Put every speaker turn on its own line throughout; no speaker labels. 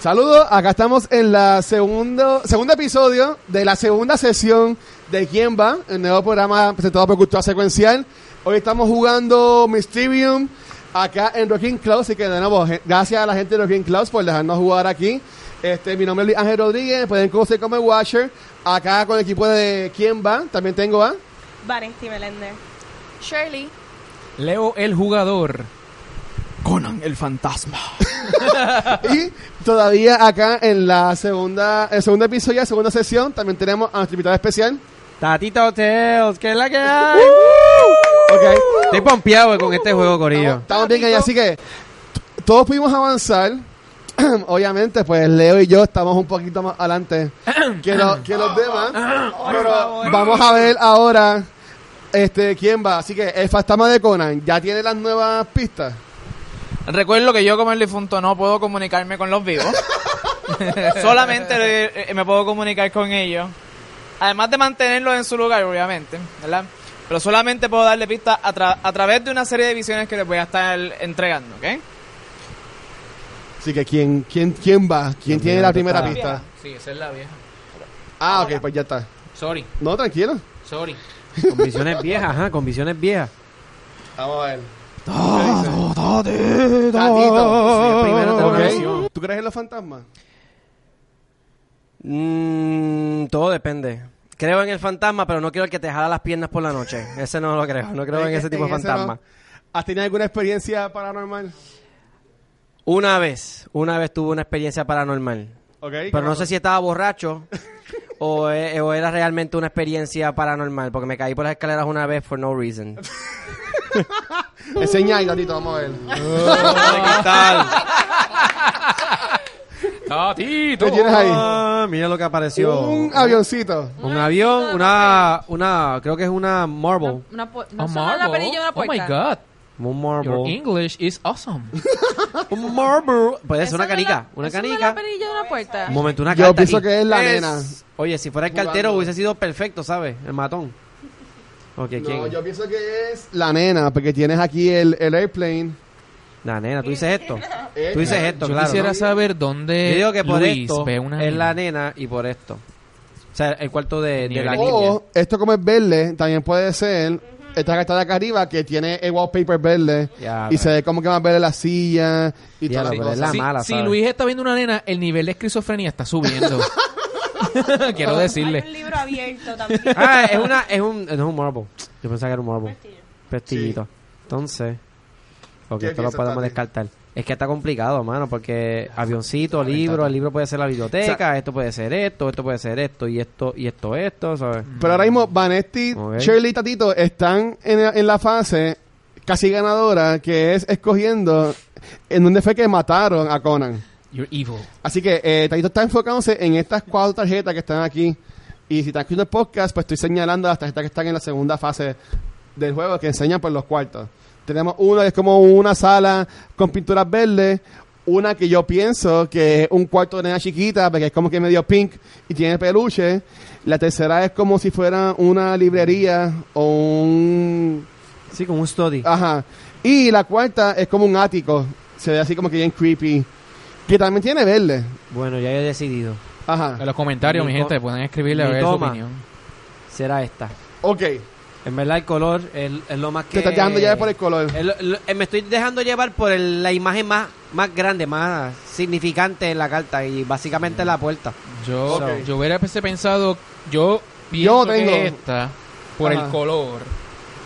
Saludos, acá estamos en la segundo, segundo episodio de la segunda sesión de Quién va, el nuevo programa presentado por Cultura Secuencial. Hoy estamos jugando Mysterium acá en Rocking Clouds, así que de nuevo, gen- gracias a la gente de Rocking Clouds por dejarnos jugar aquí. Este, mi nombre es Luis Ángel Rodríguez, me pueden conocer como el Watcher, acá con el equipo de Quién va, también tengo a...
Vanesti Meléndez.
Shirley.
Leo el jugador. Conan el fantasma.
Y todavía acá en la segunda, el segundo episodio, la segunda sesión, también tenemos a nuestro invitado especial.
Tatito Tales, que es la que hay.
Uh.
Ok.
Estoy pompeado eh, con este juego, Corillo.
Estamos bien ahí, así que t- todos pudimos avanzar. Obviamente, pues Leo y yo estamos un poquito más adelante que, lo- que los demás. pero vamos a ver ahora este quién va. Así que el fantasma de Conan ya tiene las nuevas pistas.
Recuerdo que yo como el difunto no puedo comunicarme con los vivos. Solamente eh, eh, me puedo comunicar con ellos. Además de mantenerlos en su lugar, obviamente, ¿verdad? Pero solamente puedo darle pistas a, tra- a través de una serie de visiones que les voy a estar entregando, ¿ok?
Así que quién, quién, quién va, quién tiene la primera pista.
Sí, esa es la vieja.
Ah, ok, pues ya está.
Sorry,
No, tranquilo.
sorry.
Con visiones viejas, ajá, con visiones viejas.
Vamos a ver.
Sí, primero tengo
Ok.
una visión.
¿Tú crees en los fantasmas?
Mm, todo depende. Creo en el fantasma, pero no quiero el que te jala las piernas por la noche. Ese no lo creo. No creo en ese tipo de
ese no.
fantasma.
¿Has tenido alguna experiencia paranormal?
Una vez, una vez tuve una experiencia paranormal.
Ok,
Pero no sé si estaba borracho o, e- o era realmente una experiencia paranormal, porque me caí por las escaleras una vez for no reason.
Enseña ahí, Tatito, vamos a ver.
Tatito.
¿Qué tienes ahí?
Ah, mira lo que apareció.
Un avioncito.
Un avión, una, una, creo que es una marble.
Una pu- no solo una perilla, una
Oh my
puerta.
god.
Un
Your
marble.
English is awesome.
Un marble. Puede
Eso
ser una
no es la-
canica. Una
eso no es
canica.
la perilla de una puerta.
Un momento, una
Yo
carta.
pienso
y
que es la nena.
Oye, si fuera el cartero
Jugando.
hubiese sido perfecto, ¿sabes? El matón. Ok, ¿quién?
No, yo pienso que es la nena, porque tienes aquí el, el airplane.
La nena, tú dices esto.
Eh,
Tú dices esto,
Yo
claro.
quisiera
¿no?
saber dónde
Yo digo que por
Luis
esto
ve una
es la
nena.
nena y por esto. O sea, el cuarto de, de la
Nivel.
niña.
O esto como es verde, también puede ser esta que está de acá arriba, que tiene el wallpaper verde.
Ya,
y se ve como que más verde la silla y
Ya,
todas las
pero es
cosas.
la
si,
mala,
si
¿sabes?
Luis está viendo una nena, el nivel de esquizofrenia está subiendo. Quiero
Hay
decirle.
un libro abierto también.
Ah, es una, es un, no es un marble. Yo pensaba que era un marble. Prestillito. Entonces, ok,
¿Qué
esto lo
piensas,
podemos
Tati?
descartar. Es que está complicado, mano, porque avioncito, libro, el libro puede ser la biblioteca, esto puede ser esto, esto puede ser esto, y esto, y esto, esto, ¿sabes?
Pero ahora mismo Vanetti,
Ok.
Shirley y Tatito están en, en la fase casi ganadora, que es escogiendo en dónde fue que mataron a Conan.
You're evil.
Así que eh, Tatito está enfocándose en estas cuatro tarjetas que están aquí. Y si están escuchando el podcast, pues estoy señalando las tarjetas que están en la segunda fase del juego que enseñan por los cuartos. Tenemos una que es como una sala con pinturas verdes. Una que yo pienso que es un cuarto de nena chiquita, porque es como que medio pink y tiene peluche. La tercera es como si fuera una librería o un...
Sí, con un study.
Ajá. Y la cuarta es como un ático. Se ve así como que bien creepy. Que también tiene verde.
Bueno, ya he decidido.
Ajá.
En los comentarios, mi
Ni
gente,
to-
pueden escribirle a
ni
ver su
toma.
opinión.
Será esta.
Ok.
En verdad, el color es, es lo más que...
Te estás dejando ya por el color.
Es lo- lo- eh, me estoy dejando llevar por el- la imagen más, más grande, más significante en la carta y básicamente la puerta.
Yo,
Ok.
yo hubiera pens- pensado, yo pienso
tengo-
que esta, por
Ajá.
el color,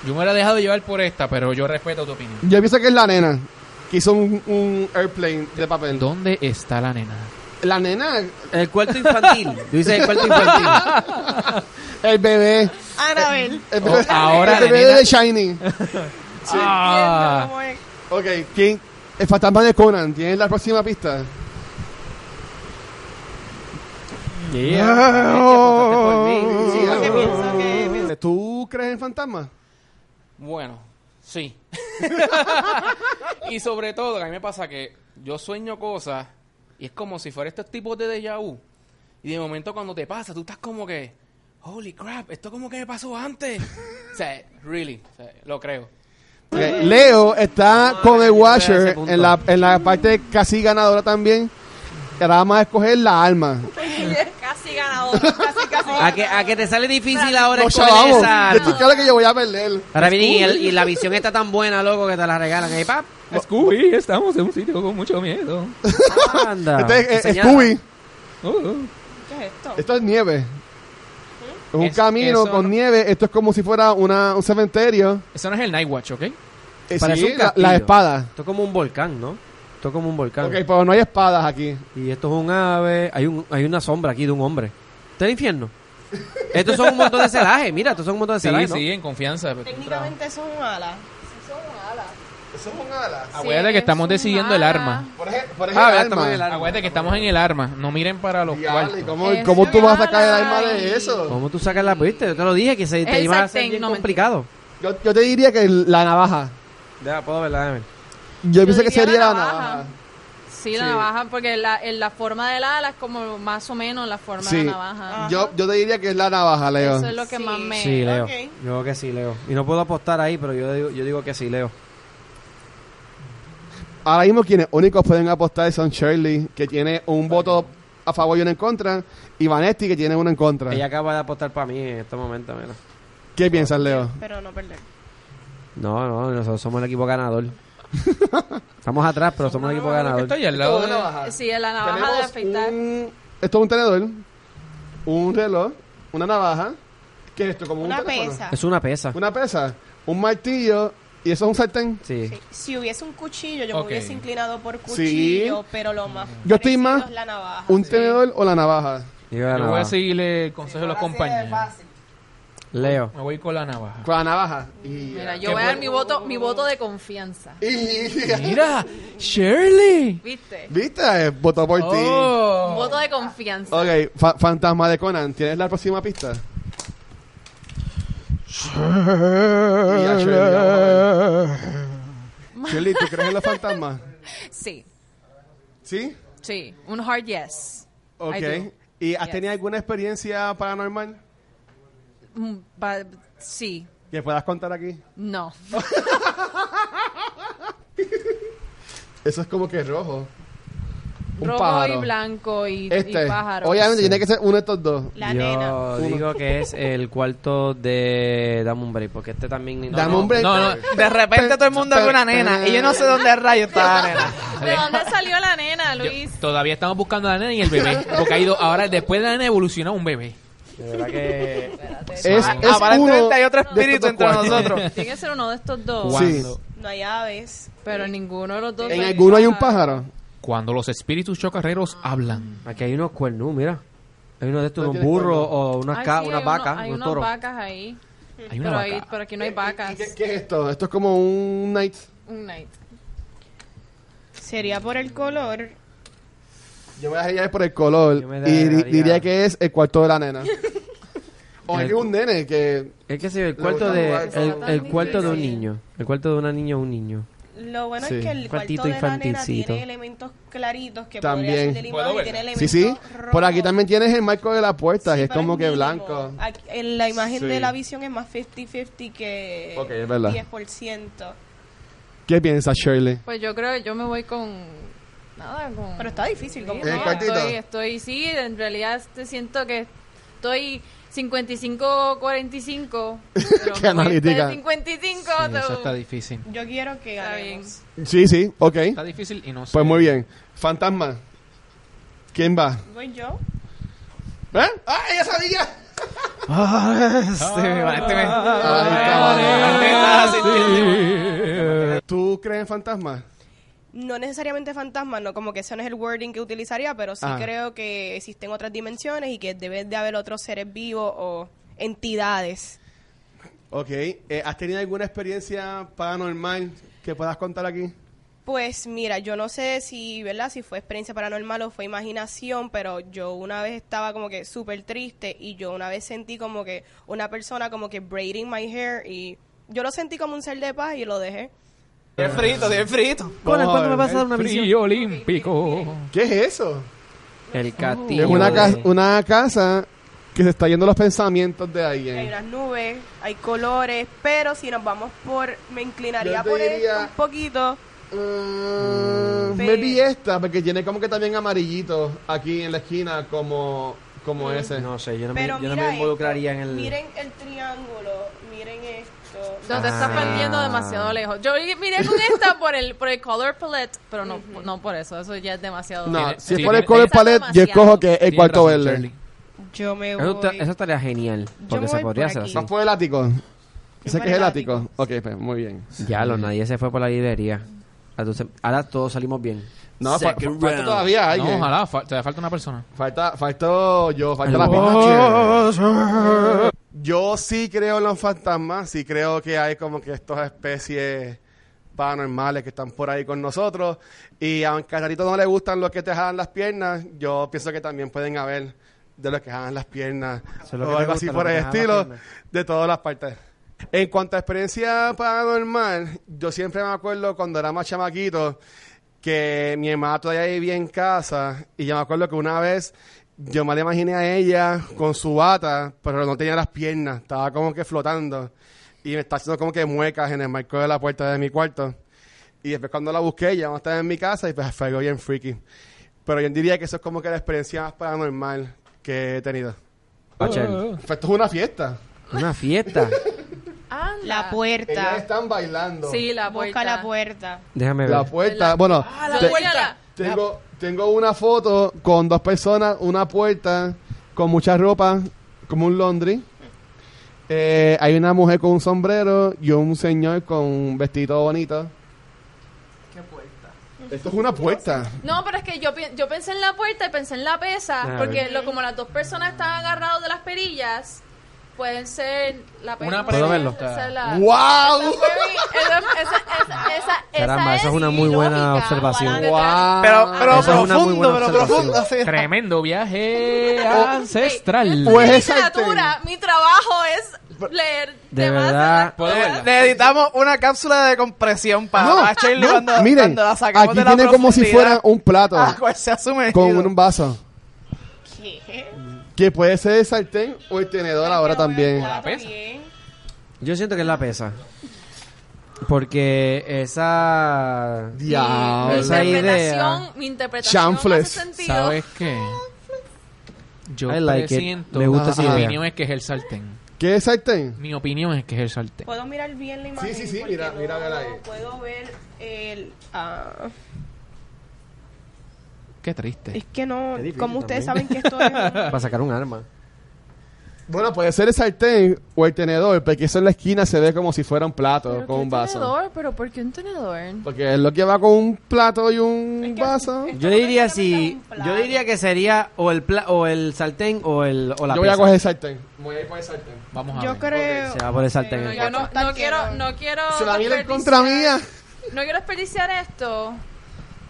yo me hubiera dejado llevar por esta, pero yo respeto tu opinión.
Yo pienso que es la nena. Que hizo un, un airplane de papel.
¿Dónde está la nena?
La nena,
El cuarto infantil. Tú dices el cuarto infantil.
el bebé.
Anabel.
El
Oh,
bebé,
ahora
el
la
bebé
nena-
de Shining.
Ah.
Ah,
Ok, ¿quién? El fantasma de Conan. ¿Tienes la próxima pista? Sí,
Porque
Sí,
ah,
pienso que... pienso-
¿Tú crees en fantasmas?
Bueno, sí. y sobre todo, que a mí me pasa que yo sueño cosas y es como si fuera estos tipos de déjà vu. Y de momento cuando te pasa, tú estás como que, holy crap, esto como que me pasó antes. o sea, really, o sea, lo creo.
Ok, Leo está con el
yo voy a ese
washer
punto.
en la, en la parte casi ganadora también. ahora vamos a escoger la alma.
Casi ganador. Casi, casi.
A que, a que te sale difícil ahora
No,
escoger
chavamos.
esa
Yo estoy
arma.
claro que yo voy a perder.
Ahora viene y, el- y la visión está tan buena, loco, que te la regalan. Ahí, pap.
Scooby, estamos en un sitio con mucho miedo.
Anda.
Este es- es
señala.
Scooby.
Uh, uh.
¿Qué es esto?
Esto es nieve. Es un
Es-
camino
eso
con
no-
nieve. Esto es como si fuera una, un cementerio.
Eso no es el Nightwatch, ¿ok?
Eh,
Parece
sí,
un
la,
castillo.
la espada.
Esto es como un volcán, ¿no? Esto es como un volcán.
Ok, pero no hay espadas aquí.
Y esto es un ave. Hay, un, hay una sombra aquí de un hombre. ¿Está el infierno? Estos son un montón de celaje. Mira, estos son un montón de
Sí,
celaje, ¿no?
sí, en confianza. pero-
Técnicamente eso es un ala.
Eso es un ala.
Acuérdate que estamos decidiendo el arma.
Por ejemplo, por
Ah, ya
ejemplo
estamos en el
el
arma. Acuérdate que estamos en el arma. No miren para los
Diablo, ¿y
cuartos.
¿Cómo,
Eso
¿cómo tú
es
vas a sacar el
ala.
arma de eso?
¿Cómo tú sacas la pues, viste? Yo te lo dije que se te
El
iba a
sartén,
hacer bien
no,
complicado.
Yo, yo te diría que el- la navaja.
Ya, puedo verla, déjame.
Yo,
Yo
pienso que
diría
sería la
la
navaja.
navaja. Sí, la
Sí.
navaja, porque la, en la forma del ala es como más o menos la forma
Sí.
de la navaja.
Ah.
Yo, yo te diría que es la navaja, Leo.
Eso es lo que
Sí.
más me...
Sí, Leo.
ok.
Yo digo que sí, Leo. Y no puedo apostar ahí, pero yo digo, yo digo que sí, Leo.
Ahora mismo quienes únicos pueden apostar son Shirley, que tiene un voto a favor y uno en contra, y Vanetti, que tiene uno en contra.
Ella acaba de apostar para mí en este momento, mira.
¿Qué piensas, Leo?
Pero no perder.
No, no, nosotros somos el equipo ganador. Estamos atrás, pero somos el equipo ganador.
Está ahí al lado. de-
Sí, en la navaja de
Tenemos
afeitar.
un- Esto es un tenedor, un reloj, una navaja, ¿qué es esto? Como un
Una
teléfono?
pesa.
Es una pesa.
Una pesa, un martillo, y eso es un sartén.
Sí.
Si hubiese un cuchillo, yo
Ok.
me hubiese inclinado por cuchillo, pero lo más
Yo estoy
parecido
más
es la navaja.
Un
Sí.
tenedor o la navaja.
Digo la
Yo voy a
navaja.
seguirle el consejo de los compañeros.
Leo.
Me voy con la navaja.
Con la navaja. Y-
Mira, yo voy a dar mi voto, mi voto de confianza.
y-
Mira, Shirley.
¿Viste?
¿Viste? Eh, Votó por ti.
Un
Oh.
voto de confianza.
Ok, fa- fantasma de Conan, ¿tienes la próxima pista? Y a Shirley, vamos a ver. Shirley, ¿tú crees en los fantasmas?
Sí,
¿Sí?
sí. Un hard yes.
Ok.
I do.
¿Y has
Yes.
tenido alguna experiencia paranormal
Mm, but- sí.
que puedas contar aquí?
No.
Eso es como que rojo. Un
Rojo
pájaro.
y blanco y, y
Este.
pájaro.
Obviamente tiene que ser uno de estos dos.
La
yo
nena.
digo que es el cuarto de Dame un break, porque este también...
Dame un break.
No, no, de repente todo el mundo es una nena y yo no sé dónde rayo está la nena.
¿De dónde salió la nena, Luis?
Todavía estamos buscando a la nena y el bebé. Porque ha ido, ahora después de la nena evoluciona un bebé.
De verdad que...
Es, es uno
Aparentemente hay otro
de estos
espíritu
dos
entre
cuartos.
nosotros.
Tiene que ser uno de estos dos.
Sí.
Cuando,
No hay aves.
Pero ninguno de los dos.
En
son
alguno hay un
pájaros.
pájaro.
cuando los espíritus chocarreros hablan.
Aquí hay unos cuernú, mira. Hay unos de estos,
No
unos
tiene
burros
cuerno.
o unas,
Ay,
ca-
sí,
unas
hay uno-
vacas,
Hay
unos
unos
toros.
vacas ahí.
Hay una
pero, ahí-
vaca.
pero aquí no hay vacas.
¿Qué, qué es esto? Esto es como un night.
Un night.
Sería por el color.
Yo me dejaría ir por el color
Yo me
y di-
dejaría-
diría que es el cuarto de la nena. o
El-
es que es un nene que...
Es que sí, el
Le
cuarto
gusta
de...
jugar.
El, el cuarto de un niño. El cuarto de una niña o un niño.
Lo bueno
Sí.
es que el
Cuartito
cuarto de la nena
infantilcito.
tiene elementos claritos que
También.
podría ser de la
¿Puedo
imagen.
ver?
Tiene elementos
Sí, sí. Por aquí
rojos.
también tienes el marco de la puerta, que
Sí,
es
pero
como que
mínimo.
blanco.
Aquí- en la imagen
Sí.
de la visión es más 50-50 que
Ok, es verdad.
10%.
¿Qué piensas, Shirley?
Pues yo creo que yo me voy con. Nada, con.
Pero está difícil. como
Sí,
¿En el
no,
cuartito?
Estoy, estoy, sí, en realidad te siento que estoy 55-45. pero
Qué
como
analítica.
este es 55, tú-
eso está difícil.
Yo quiero que
Está bien.
ganemos.
Sí, sí, ok.
Está difícil y no sé.
Pues muy bien. Fantasma. ¿Quién va?
Voy yo.
¿Eh? ¡Ah, ella sabía!
Este me- este me-
Ah, ¿Tú crees en fantasmas?
No necesariamente fantasmas, no como que ese no es el wording que utilizaría, pero sí
Ah.
creo que existen otras dimensiones y que debe de haber otros seres vivos o entidades.
Ok. eh, ¿Has tenido alguna experiencia paranormal que puedas contar aquí?
Pues mira, yo no sé si, ¿verdad? Si fue experiencia paranormal o fue imaginación, pero yo una vez estaba como que súper triste y yo una vez sentí como que una persona como que braiding my hair y yo lo sentí como un ser de paz y lo dejé.
Bien frito, bien frito.
Conan, ¿cuándo me vas a
dar una
Frío olímpico.
¿Qué es eso?
El castillo.
Es una,
de-
ca- una casa que se está yendo los pensamientos de
Hay
alguien.
unas nubes, hay colores, pero si nos vamos por, me inclinaría
Yo te
por
diría-
esto un poquito.
Mm, maybe esta, porque tiene como que también amarillito aquí en la esquina, como, como
Mm.
ese.
No sé, yo no me,
Pero
yo no
mira
me involucraría en el...
Miren el triángulo, miren esto.
No, te estás
Ah.
perdiendo demasiado lejos. Yo miré con esta por el, por el color palette, pero no, no por eso. Eso ya es demasiado.
No,
Tiene-
si es
sí,
por el
tiene-
color
Está
palette, yo
demasiado.
escojo que es el
Tienes
cuarto
razón,
verde.
Charlie.
Yo me voy.
Eso, está- eso estaría genial. Porque
me
se
voy
podría
por
hacer
aquí.
así.
¿Vas por el ático?
Yo
¿Ese
por
que es el
el
ático? Ok, pues muy bien.
Ya lo, nadie se fue por la librería. Entonces, ahora todos salimos bien.
No, fa- fa-
Second
falta
round.
todavía
No,
eh.
alguien.
ojalá, fa- te falta una persona.
Falta, faltó yo, falta la Yo sí creo en los fantasmas, sí creo que hay como que estas especies paranormales que están por ahí con nosotros. Y aunque a Rarito no le gustan los que te jalan las piernas, yo pienso que también pueden haber de los que jalan las piernas
Eso es lo que
o
te gusta,
algo así
lo
por
que
el
te jalan las
estilo,
piernas.
de todas las partes. En cuanto a experiencia paranormal, yo siempre me acuerdo cuando era más chamaquito que mi hermana todavía vivía en casa y yo me acuerdo que una vez yo me la imaginé a ella con su bata, pero no tenía las piernas, estaba como que flotando y me está haciendo como que muecas en el marco de la puerta de mi cuarto. Y después cuando la busqué, ya no estaba en mi casa y pues fue algo bien freaky. Pero yo diría que eso es como que la experiencia más paranormal que he tenido.
Pachel,
Pues Esto es una fiesta.
una fiesta.
Anda.
La
Ellas
puerta.
están bailando.
Sí, Ah, la puerta.
Busca la puerta.
Déjame ver.
La puerta, bueno,
la
te-
puerta.
tengo, tengo una foto con dos personas, una puerta, con mucha ropa, como un laundry. Eh, hay una mujer con un sombrero y un señor con un vestido bonito. ¿Qué puerta? Esto es una puerta.
No, pero es que yo, pi- yo pensé en la puerta y pensé en la pesa,
Ah,
porque lo, como las dos personas están agarradas de las perillas, pueden ser la pesa.
Una
puede
perilla.
ser- ser la-
¡Wow!
Esa fue mi- esa- esa- esa- esa-
Caramba, esa es una muy buena
lógica.
observación.
Ojalá detrás-
¡Wow!
Pero, pero
Esa es una muy
profundo,
buena
pero
observación.
profundo. sí.
Tremendo viaje
Oh.
ancestral.
Pues
Mi
esa
literatura, mi trabajo es leer
De
temas
verdad.
las
Puedo
cosas.
eh,
verla.
Necesitamos una cápsula de compresión para
No,
a Shirley
no,
cuando,
miren,
cuando la sacamos
aquí
de la
tiene como si
profundidad.
fuera un plato
Ah,
pues
cual se asume.
con un vaso.
¿Qué?
Que puede ser el sartén o el tenedor ahora también.
La pesa.
Yo siento que es la pesa. Porque esa...
Mi
Diablo.
Esa
interpretación,
idea.
mi interpretación
Chanfles.
no hace sentido.
¿Sabes qué? Yo
I like it.
presiento-
Me gusta
esa
mi
idea.
opinión es que es el sartén.
¿Qué es sartén?
Mi opinión es que es el sartén.
¿Puedo mirar bien la imagen?
sí, sí,
Porque
mira,
no
mira, vela ahí.
Puedo ver el... ah,
Qué triste.
es que no...
Qué difícil
Como ustedes
también.
saben que esto es... un-
Para sacar un arma.
Bueno, puede ser el sartén o el tenedor, porque eso en la esquina se ve como si fuera un plato
¿Pero
con
qué
un vaso. Pues,
tenedor? ¿Pero por qué un tenedor?
Porque es lo que va con un plato y un vaso.
Yo diría si... Yo diría que sería o el, pla- o el sartén o, el, o la
Yo voy a
pesa.
coger el sartén. Voy a ir por el sartén.
Vamos a
Yo
ver.
creo...
Se va por el sartén.
Pero yo no,
Está
no quiero,
lleno.
no quiero.
Se la viene en
desperdiciar-
contra mía.
No quiero desperdiciar esto.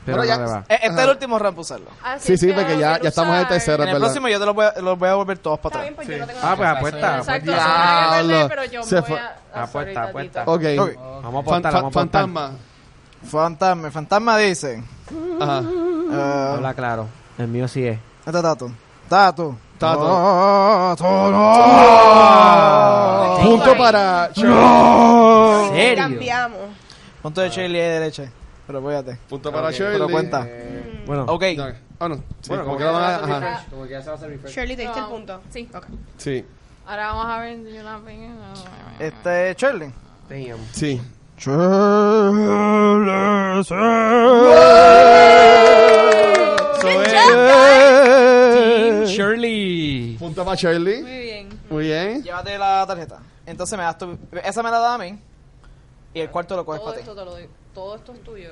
Pero
Bueno, ya-
no le va.
Eh, Este es el último round para usarlo.
Así
Sí, sí,
que
porque ya,
quiero
ya estamos en el
usar-
tercero,
En el
¿verdad?
próximo yo te los voy a, los voy a volver todos
Está
para
bien,
atrás.
pues yo no tengo...
Ah, pues apuesta.
Exacto,
Diablo.
eso no hay que perder, pero yo
Se
me voy
fue.
a.
Apuesta, apuesta.
Ok.
Ok.
Vamos a
Fan- fa-
apostar, vamos a apostar.
fantasma.
Fantasma. Fantasma dice.
Ajá.
eh,
Habla claro. El mío sí es.
Este es Tato. Tato.
Tato.
Tato. no.
Ah,
Punto para.
¿En serio?
Cambiamos.
Punto de Shirley ahí derecha. Pero apoyate.
Punto para
Ok,
Ah. Shirley.
pero cuenta.
Bueno,
Ok.
No, ah, no. Sí,
Bueno,
como
como
que la van a-
que la-
ajá.
como que ya se va a hacer refresh.
Shirley, te diste
No.
el punto.
Sí, ok.
Sí.
Ahora vamos a ver. yo la pegué.
Este es Shirley.
Damn.
Sí.
Eso es.
Team Shirley.
Punto para Shirley.
Muy bien.
Muy bien.
Llévate la tarjeta. Entonces me das tu. Esa me la das a mí. Y el cuarto lo coges
Todo
para ti.
esto te lo doy. Todo esto es tuyo.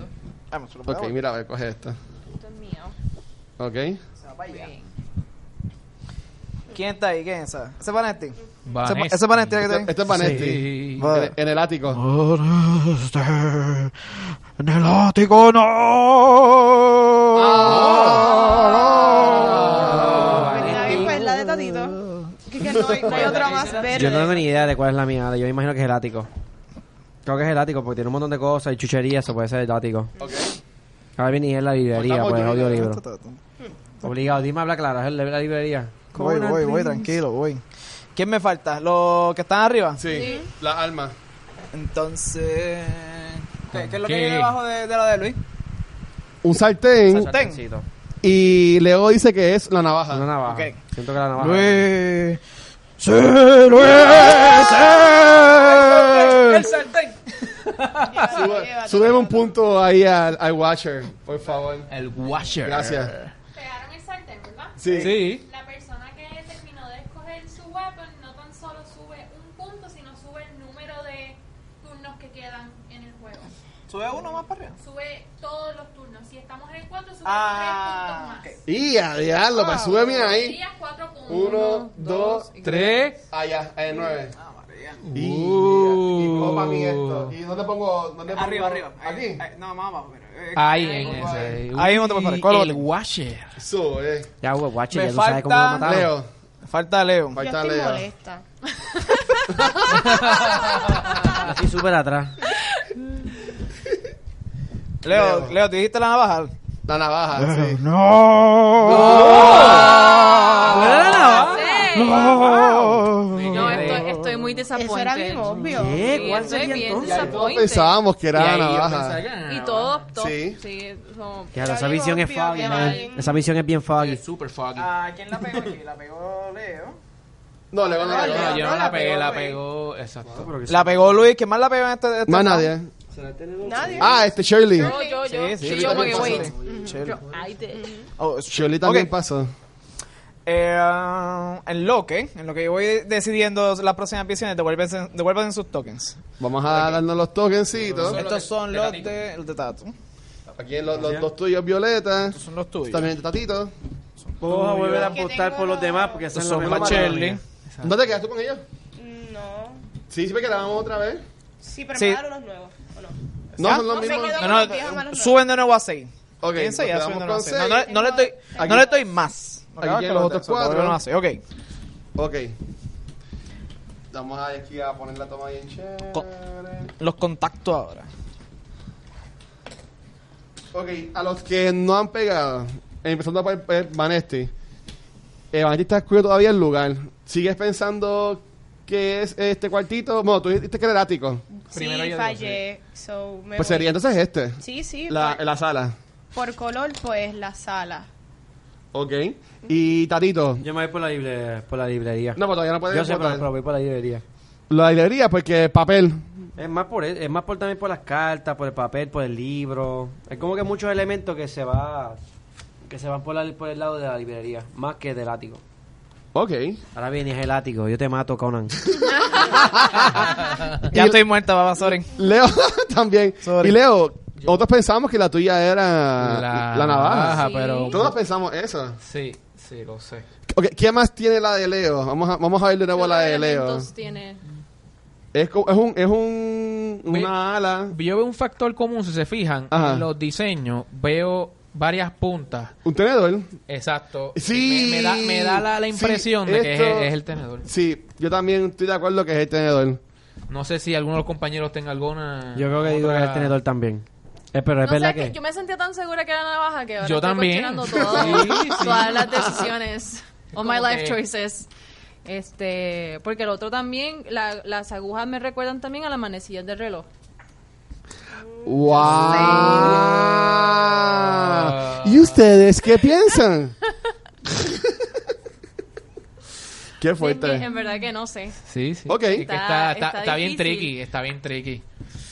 Vamos, se lo
Ok,
pegamos.
mira, a ver, coge esta.
Esto es mío.
Ok.
Se va para allá.
Bien.
¿Quién está ahí? ¿Quién es esa? ¿Ese es Vanetti?
Vanesti.
¿Ese es Vanetti? que
Este
te-
es Vanetti.
Sí.
En, el- en el ático.
En el ático no.
Oh,
Pues está bien, pues la de Tatito. Que, que no, hay, no hay otra más verde.
Yo no tengo ni idea de cuál es la mía. ahora. Yo me imagino que es el ático. Creo que es el ático porque tiene un montón de cosas y chucherías. Eso puede ser el ático.
Ok.
Ahora viene y es la librería,
Faltamos
pues
yo,
audio
ya.
libro. Obligado, dime habla claro, es el de la librería.
Voy, voy, voy, tranquilo, voy. ¿Quién me falta? ¿Los que están arriba?
Sí, la alma.
Entonces. ¿Qué, qué es lo que
¿Qué?
hay debajo de, de la de Luis?
Un sartén
Sartencito.
y Leo dice que es la navaja.
Una navaja.
Ok.
Siento que la navaja.
¡El sartén!
Sube- Súbeme un punto ahí al, al Watcher, por favor.
El washer.
Gracias.
Pegaron el sartén, ¿verdad?
Sí.
Sí.
La persona que terminó de escoger su weapon no tan solo sube un punto, sino sube el número de turnos que quedan en el juego.
Sube uno más para arriba.
Sube todos los turnos. Si estamos en el 4, sube
Ah,
tres puntos más.
Y a diablo, pues súbeme ahí.
Sería cuatro puntos.
Uno, dos, Ah,
Tres.
allá, en nueve.
Ah,
Y, y
Uh.
copa mi esto. ¿Y dónde pongo? Dónde pongo?
Arriba, arriba. Ahí,
Aquí.
ahí, no, más abajo. pero, eh,
Ahí en ese.
Ahí mismo te puedes parar. ¿Cuál
Y
otro?
El washer.
Eso, eh.
Ya, güey, guache,
Me
ya tú sabes cómo lo
falta-
mataron.
Leo.
Falta Leo.
Yo
Falta
estoy
Leo.
molesta.
Yo estoy súper atrás.
Leo, Leo, ¿te dijiste la navaja?
La navaja, sí. ¡Oh!
¡Fuera la navaja!
No, estoy, estoy muy disappointed.
Eso era bien obvio.
¿Qué?
Sí,
¿Cuál
estoy
sería
bien
entonces?
Ya todos
disappointed.
pensábamos que era la
ahí yo
navaja.
pensaba que era
Y todo, todo.
Sí.
Sí. como-
Ya, esa
Era bien
visión es
obvio,
foggy,
bien
man.
ahí.
Esa visión es bien foggy.
super foggy.
¿A quién la pegó aquí? La pegó Leo.
No, Leo no la
No,
pegó.
yo no la pegué, la pegó. Exacto.
La pegó Luis. ¿Quién más la pegó en este? este
Más nadie.
Nadie.
Ah, este Shirley.
Yo, yo, yo.
Sí, sí,
y
yo
yo, porque,
también
wait.
pasé.
Yo, ay, de-
Oh,
Shirley también
Ok.
pasó.
Eh, en lo que, en lo que yo voy decidiendo las próximas misiones, devuélvanse, devuélvanse sus tokens.
Vamos a darnos los tokencitos.
Estos son los de, los de Este Tato. Estos
Aquí los, los dos tuyos violetas.
son los tuyos.
También el tatito.
Vamos a volver a
que
apostar por
tengo-
los demás porque esa
Estos
es la
son
mejor
para Shirley.
manera.
¿Dónde quedas tú con ellos?
Mm, No.
Sí, sí, me quedábamos otra vez.
Sí, pero
Sí.
me dar unos nuevos. ¿O no?
No,
¿Ya?
son los
No,
mismos.
me quedo-
No, no,
Los viejos malos no.
suben de nuevo a 6.
Ok,
Piensa ya
nos
suben de nuevo
quedamos
a seis.
con
No, no,
seis.
no le estoy, no le estoy más.
Aquí llegan los otros cuatro.
Devuélvanlo a seis, Ok.
Ok. Vamos a aquí a poner la toma bien chévere.
Co- Los contacto ahora.
Ok, a los que no han pegado, empezando por eh, Vanesti. Eh, Vanesti está oscuro todavía el lugar. ¿Sigues pensando que es este cuartito? Bueno, tú dijiste que era el ático.
Primero
sí,
yo,
fallé. So, me
Pues
voy.
sería entonces este.
Sí, pues. sí.
La,
por,
la sala.
por color, pues la sala.
Ok. Y Tatito.
Yo me voy por la, libre- por la librería.
No, pues todavía no puedes
Yo sé, pero,
votar.
pero voy por la librería.
La librería, porque papel.
Es más por e, es más por también por las cartas, por el papel, por el libro. Es como que muchos elementos que se va que se van por, la- por el lado de la librería, más que del ático.
Ok.
Ahora vienes el ático, yo te mato, Conan.
Ya estoy muerta, papá, sorry.
Leo también.
Sorry.
Y Leo, otros pensamos que la tuya
Ah,
era la, navaja.
pero.
Todos pensamos eso.
Sí, sí, lo sé.
Ok, ¿quién más tiene la de Leo? Vamos a, vamos a ver de nuevo la de Leo.
elementos tiene?
Es, co- es un, es un, una ala,
Yo veo un factor común, si se fijan,
Ajá.
en los diseños veo varias puntas.
un tenedor.
Exacto.
Sí.
Me, me da, me da la, la
Sí,
impresión de que es,
esto-
es el tenedor.
Sí, yo también estoy de acuerdo que es el tenedor.
No sé si alguno de los compañeros tenga alguna.
Yo creo que digo que
otra-
es el tenedor también. Eh, pero es
No
verdad
sé, que
que
yo me sentía tan segura que era la navaja que ahora
Yo
estoy
también.
cuestionando todo,
Sí, sí.
todas las decisiones, all my
Como
life
que-
choices. Este, porque el otro también, la- las agujas me recuerdan también a las manecillas del reloj.
¡Wow! ¿Y ustedes qué piensan? qué
Sí, en-
fuerte.
en verdad que no sé.
Sí, sí.
Ok.
Es que
Está-
está, está,
está
está bien
difícil.
tricky, está bien tricky.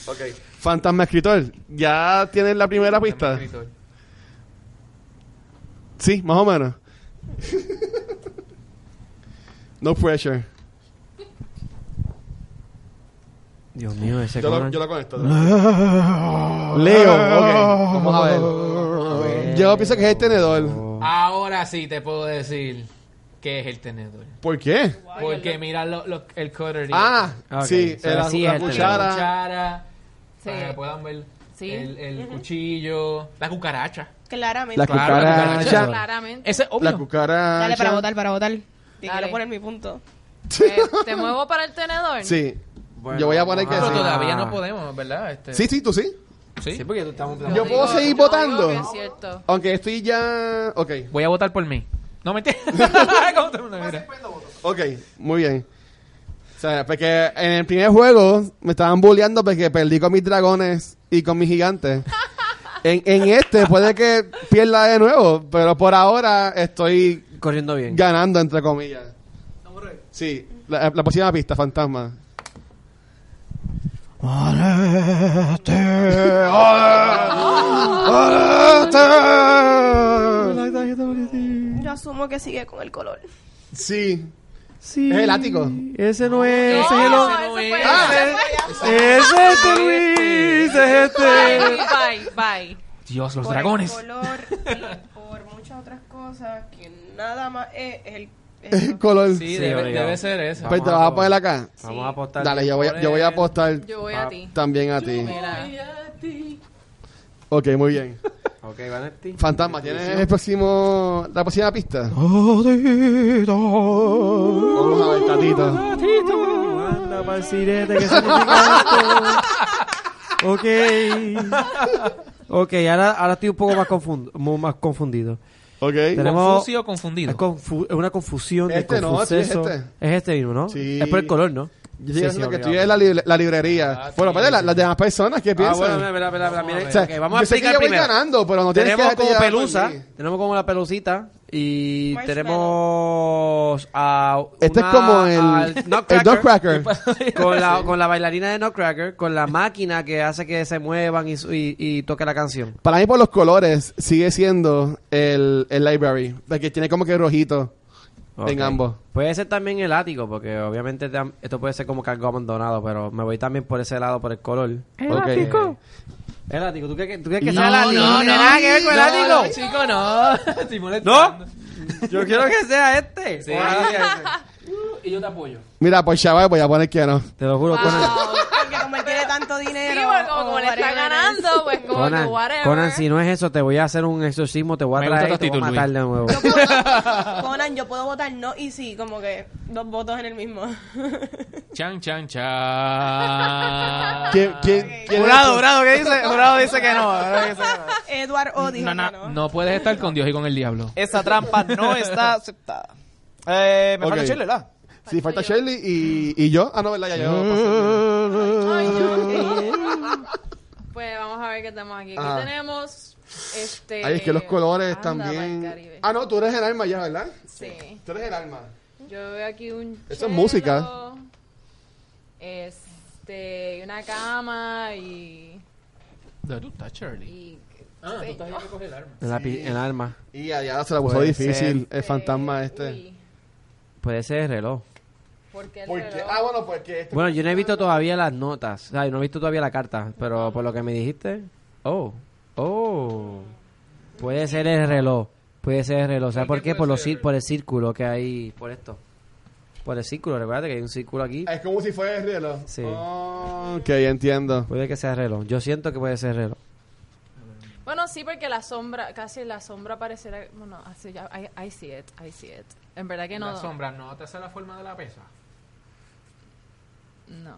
Ok. Fantasma escritor, ¿ya tienes la primera pista?
Escritor.
Sí, más o menos. no pressure.
Dios mío, ese
Yo lo,
Conan.
yo lo conecto. Leo, ok. Vamos a ver. Yo pienso que es el
Oh.
tenedor.
Ahora sí te puedo decir que es el tenedor.
¿Por qué?
Porque mira lo- lo- el cutlery.
Ah,
Ok,
sí,
so
la,
sí
la
es el
la
cuchara.
cuchara.
Sí.
Para que puedan ver
Sí.
el, el cuchillo. La cucaracha.
Ah,
Claramente.
La
Claro, la
cucaracha.
cucaracha.
Claramente.
Ese es obvio.
La cucaracha.
Dale para votar, para votar. Y
Dale.
quiero poner mi punto.
Eh, ¿Te muevo para el tenedor?
Sí.
Bueno,
yo voy a poner que
vamos
Pero
Ah.
sí.
todavía no podemos, ¿verdad? Este,
Sí, sí, tú sí.
¿sí?
Sí, porque tú estamos
Yo
Digo-
puedo seguir
yo digo
votando.
que es cierto.
Aunque estoy ya. Ok,
Voy a votar por mí. No, mentira. ¿Cómo te- no, mira.
ok, muy bien. O sea, porque en el primer juego me estaban bulleando porque perdí con mis dragones y con mis gigantes. En, en este puede que pierda de nuevo, pero por ahora estoy
Corriendo bien.
ganando, entre comillas. Sí, la, la próxima pista, fantasma.
Yo asumo que sigue con el color.
Sí,
Sí.
¿Es el ático?
Ese no es. Ese es el
No,
otro.
Oh, ese fue-
Ah,
Ese es este, Luis. Ese es este.
Bye, bye. bye.
Dios, los
por
dragones.
El color y por muchas otras cosas que nada más es el.
es el color.
Sí,
Sí,
debe,
obligado.
debe ser eso.
Pues te vas a poner acá.
Vamos a apostar.
Dale, yo voy, a- yo voy a apostar
Yo voy a ti.
también a ti.
Mira.
Ok, muy bien.
Ok, Vanetti.
Fantasma, ¿tienes el próximo, la próxima pista? Vamos a ver, tatito.
Anda pa'l sirete, ¿qué significa esto? Ok. Ok, ahora, ahora estoy un poco más, confundo, mu- más confundido.
Ok.
Tenemos-
Confucio
Es,
confundido.
confu- es una confusión de
Este no, sí, es
confuseso.
este.
Es este mismo, ¿no?
Sí.
Es por el color, ¿no?
Yo
Sí, Ah,
estoy
sí,
diciendo que
obligado.
tú eres la, libre- la librería. Bueno, pero la- las demás personas, ¿qué
Ah,
piensan?
bueno, mira, mira, mira, mira, mira.
O sea,
Ok, vamos a
yo sé que
explicar
yo voy
primero.
ganando, pero no tienes
tenemos
que dejarte
como
llevar por
pelusa,
mí.
tenemos como la pelucita y
Marshmallow.
tenemos a
Este
una-
es como el,
al
el
Nutcracker
Dogcracker.
con la con la bailarina de Nutcracker, con la máquina que hace que se muevan y su- y, y toque la canción.
Para mí, por los colores, sigue siendo el, el library. Porque tiene como que rojito en
Ok.
ambos.
Puede ser también el ático, porque obviamente tam- esto puede ser como cargo abandonado, pero me voy también por ese lado, por el color.
Ok.
El ático, ¿tú crees que, tú crees que sea el
No,
ático?
no, no.
tiene nada que ver con el ático.
No, no, chico, no. Estoy molestando.
Yo quiero que sea este.
Y yo te apoyo.
Mira, por chaval, voy a poner que no.
Te lo juro, Conan.
Porque como él tiene tanto dinero.
Sí, porque como,
o
como le está
whatever it is.
ganando, pues como
Conan,
que whatever.
Conan, si no es eso, te voy a hacer un exorcismo, te voy
Me
a
gusta
traer y
tu
te voy
actitud,
a matar
Luis.
de nuevo.
Yo puedo- Conan, yo puedo votar no y sí, como que dos votos en el mismo.
Chan, chan, chan.
¿Quién, quién, quién
Jurado, jurado, ¿qué dice? Jurado dice que no. jurado dice que no.
Edward O dijo que
No, no,
no.
no puedes estar con Dios y con el diablo.
Esa trampa no está aceptada. Eh, me
Ok.
falta Shirley, ¿verdad?
Sí, falta Shirley y, y yo. Ah, no, ¿verdad? Ya yo.
Pues vamos a ver qué tenemos aquí. Aquí
Ah.
tenemos este
Ay, es que los colores
anda, pa'l
también.
Caribe.
Ah, no, tú eres el alma ya, ¿verdad?
Sí.
Tú eres el alma.
Yo veo aquí un
Eso es
chelo,
música.
Este, y una cama y
¿Dónde tú estás, Shirley?
y
Ah, tú estás ahí a coger el arma.
En, la pi- en el alma.
Y allá se la puso
Puede
difícil el
este,
fantasma este.
uy,
Puede ser el reloj.
¿Por qué el
¿Por qué?
reloj?
Ah, bueno, porque este.
Bueno, yo no he visto todavía las notas. O sea, yo no he visto todavía la carta, pero por lo que me dijiste... Oh, oh. Puede ser el reloj. Puede ser el reloj. ¿Sabes por qué? Por, los, cir- por el círculo que hay... Por esto. Por el círculo. Recuerda que hay un círculo aquí.
Es como si fuera el reloj.
Sí.
Oh, ok, ya entiendo.
Puede que sea el reloj. Yo siento que puede ser el reloj.
Bueno, sí, porque la sombra, casi la sombra parecerá, bueno, así ya, I, I see it, I see it. En verdad que no.
La sombra no te hace la forma de la pesa.
No,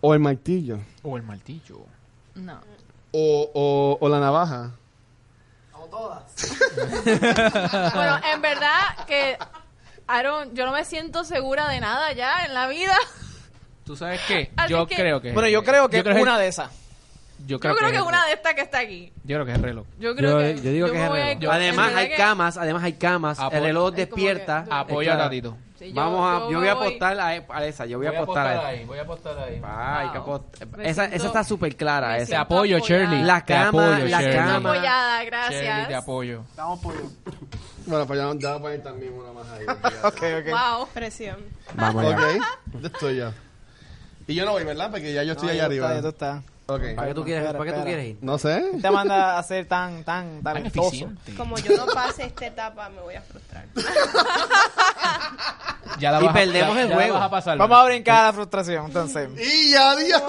O el martillo.
O el martillo.
no.
O, o, o la navaja.
Bueno, en verdad que Aaron, yo no me siento segura de nada ya en la vida.
¿Tú sabes qué?
Así
yo
que-
creo que...
Bueno, yo creo que
yo creo que-
una de esas.
Yo
Yo
creo,
creo que
es el
una
reloj.
de estas que está aquí.
Yo creo que es el reloj.
Yo creo
Yo, eh,
que
yo digo que
me
es el
voy a
reloj.
ir con-
además
en
hay
verdad que-
camas, además hay camas.
Apo-
el reloj
que-
despierta.
Apoya
Claro.
a Tatito.
Sí, yo-
Vamos a, yo,
me
voy a apostar a, e- a esa, yo voy, a apostar a esa.
voy a apostar ahí.
Ah, hay que
Wow.
apostar.
Me
Esa,
siento-
esa está súper clara.
me
Te
Esa.
siento-
apoyo,
Apoyada.
Shirley.
La
Te
cama,
apoyo,
la
Shirley.
cama.
apoyada,
Shirley, te
gracias.
apoyo.
Bueno, pues ya ya voy a poner también una más ahí.
Wow.
Presión.
Vamos allá.
ok, yo estoy ya. Y yo no voy, ¿verdad? Porque ya yo estoy allá arriba.
Está, está.
Ok.
¿Para qué tú quieres,
Espera,
¿para qué tú
espera.
quieres ir?
No sé.
Te manda a ser tan, tan, tan
Tan
vistoso.
eficiente.
Como yo no pase esta etapa, me voy a frustrar.
Ya la
Y
vas a-
perdemos
ya-
el
ya
juego.
la vas a pasar.
Vamos a brincar a la frustración, entonces.
¡Y ya, Dios!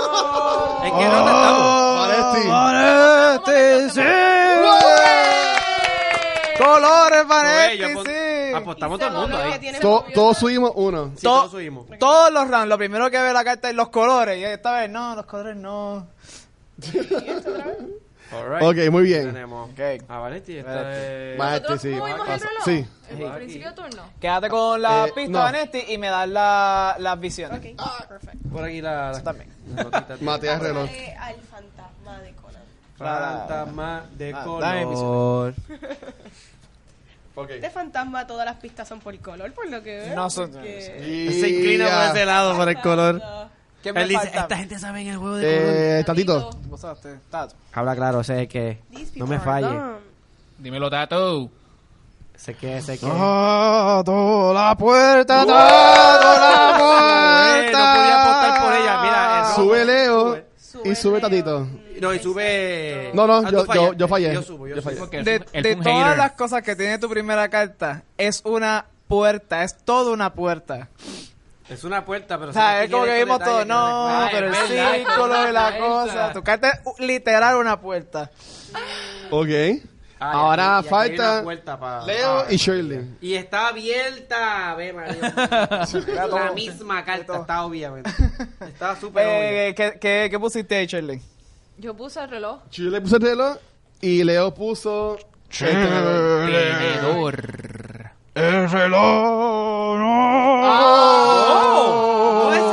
¿En qué nota
Oh,
estamos?
Oh,
Valesti.
Colores para
Oye, yo
este,
pues,
apo-
sí.
Apostamos
Se
todo el mundo
volvió
ahí.
que tiene
To-
nerviosa.
todos subimos uno.
Sí, todos
To-
subimos.
Todos los rounds, lo primero que ve la carta es los colores. Y esta vez, no, los colores no.
Alright.
Ok, muy bien.
Tenemos
Ok.
a Vanetti. Esta es...
Vale.
¿Nosotros
sí,
movimos el
pasa.
reloj?
Sí.
¿En el principio de turno?
Quédate con la
Eh,
pista,
no.
Vanetti, y me das la- las visiones.
Ok, perfecto.
Por aquí la... la
También.
la notita.
Matías Reloj.
Háblale al fantasma de Conan.
Fantasma de
Ah,
color.
dame
Ok.
Este fantasma todas las pistas son por color, por lo que veo.
No son-
porque-
Se
lado por el
¿Qué me falta?
gente sabe en el juego
Eh, tatito.
¿Tú pasaste? Tato.
Habla claro, sé que
These
no
people
me
are
falle.
dumb.
Dímelo, Tato.
Sé que, sé que.
Tato, la puerta, tato, la
Eh, no podía apostar por ella. Mira, el rojo.
Sube Leo y
Sube
sube
Leo.
Tatito.
No, y sube.
No, no,
Ah,
yo,
tú fallas.
yo, yo fallé.
Yo subo, yo,
Yo
subo.
fallé.
Porque él
de,
fue- él
de
fue un
todas
hater.
las cosas que tiene tu primera carta, es una puerta, es toda una puerta.
Es una puerta, pero.
O sea,
si
es como que
quieres
vimos
detalles,
todo, no,
detalles.
pero el
Ay, verdad,
círculo y la
puerta.
cosa. Tu carta es uh, literal una puerta.
Ok.
Ah, y
Ahora
aquí- y aquí hay
falta
una puerta pa- Ah,
Leo
pa-
y Shirley.
Y está abierta, ve María. la misma carta está obviamente. Está súper obvia.
Eh, ¿qué, qué, qué pusiste ahí, Shirley?
Yo puse el reloj.
Shirley puso el reloj y Leo puso. el tenedor.
Tenedor.
Oh,
¡No es el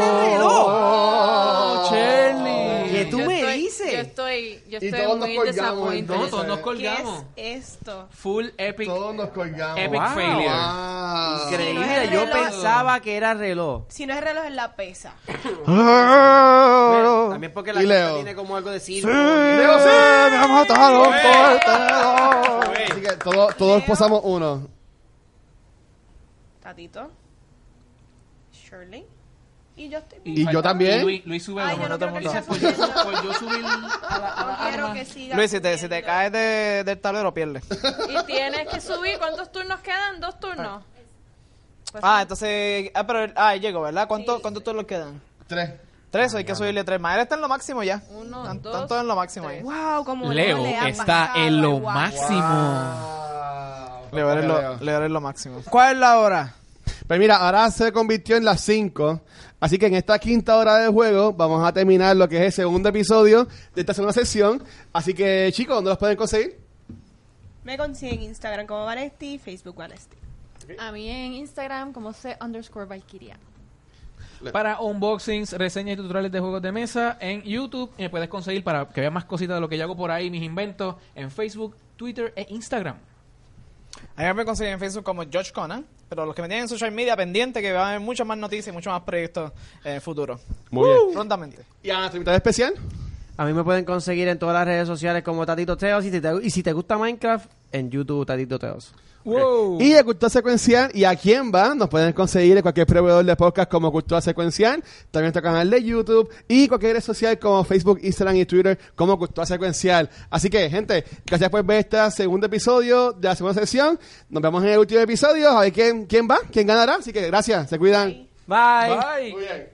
Oh,
reloj!
Shirley.
¿Qué tú
Yo
me
estoy-
dices?
Yo estoy, yo
Y
estoy
todos nos
muy
colgamos,
No,
disappointed.
todos nos
¿Qué
colgamos.
es esto?
Full epic.
Todos nos colgamos.
Epic failure.
Wow.
Si no es
Increíble,
el
yo
reloj.
pensaba que era reloj.
Si no es reloj, es la pesa.
Ve, También porque la
Y
carta
Leo.
tiene como algo de círculo.
Leo sí, me mataron por el tenedor. Así que todos, todos
Leo.
posamos uno.
Tatito. Shirley. Y yo estoy bien.
Y yo también.
Luis, Luis sube
Ay,
los
yo no
otros
quiero que
monos.
siga
por, yo,
subiendo.
por yo subir a la, a
No
la
quiero
arma.
que siga.
Luis, si te, si te
subiendo.
caes de- del tablero, pierdes.
Y tienes que subir. ¿Cuántos turnos quedan? ¿Dos turnos?
Ah,
Pues
Ah, entonces. Ah, pero. Ah, llego, ¿verdad? ¿Cuánto- ¿Cuántos turnos quedan?
Tres.
Tres, hay que subirle tres más. Él está en lo máximo ya.
Uno,
Tan-
dos,
Están todos en lo máximo ahí.
tres.
Wow, como
Leo
no le ha
está
pasado
en lo
al guapo.
máximo.
Ah.
Leo eres lo, Leo eres lo máximo. ¿Cuál es la hora?
Pues mira, ahora se convirtió en las 5. Así que en esta quinta hora de juego vamos a terminar lo que es el segundo episodio de esta segunda sesión. Así que chicos, ¿dónde los pueden conseguir?
Me consiguen Instagram como Vanesti, Facebook Vanesti.
A mí en Instagram como C underscore Valkyria.
Para unboxings, reseñas y tutoriales de juegos de mesa en YouTube. Y me puedes conseguir para que veas más cositas de lo que yo hago por ahí, mis inventos, en Facebook, Twitter e Instagram.
A mí me consiguen en Facebook como George Conan. Pero los que me tienen en social media pendiente, que van a haber muchas más noticias y muchos más proyectos en el futuro.
Muy bien.
Prontamente.
Y a nuestro invitado especial.
A mí me pueden conseguir en todas las redes sociales como Tatito Teos. Y si te, y si te gusta Minecraft, en YouTube Tatito Teos.
Wow.
Y a Cultura Secuencial. ¿Y a quién va? Nos pueden conseguir en cualquier proveedor de podcast como Cultura Secuencial. También nuestro canal de YouTube. Y cualquier red social como Facebook, Instagram y Twitter como Cultura Secuencial. Así que, gente, gracias por ver este segundo episodio de la segunda sesión. Nos vemos en el último episodio. A ver quién, quién va, quién ganará. Así que gracias. Se cuidan.
Bye.
Bye.
bien.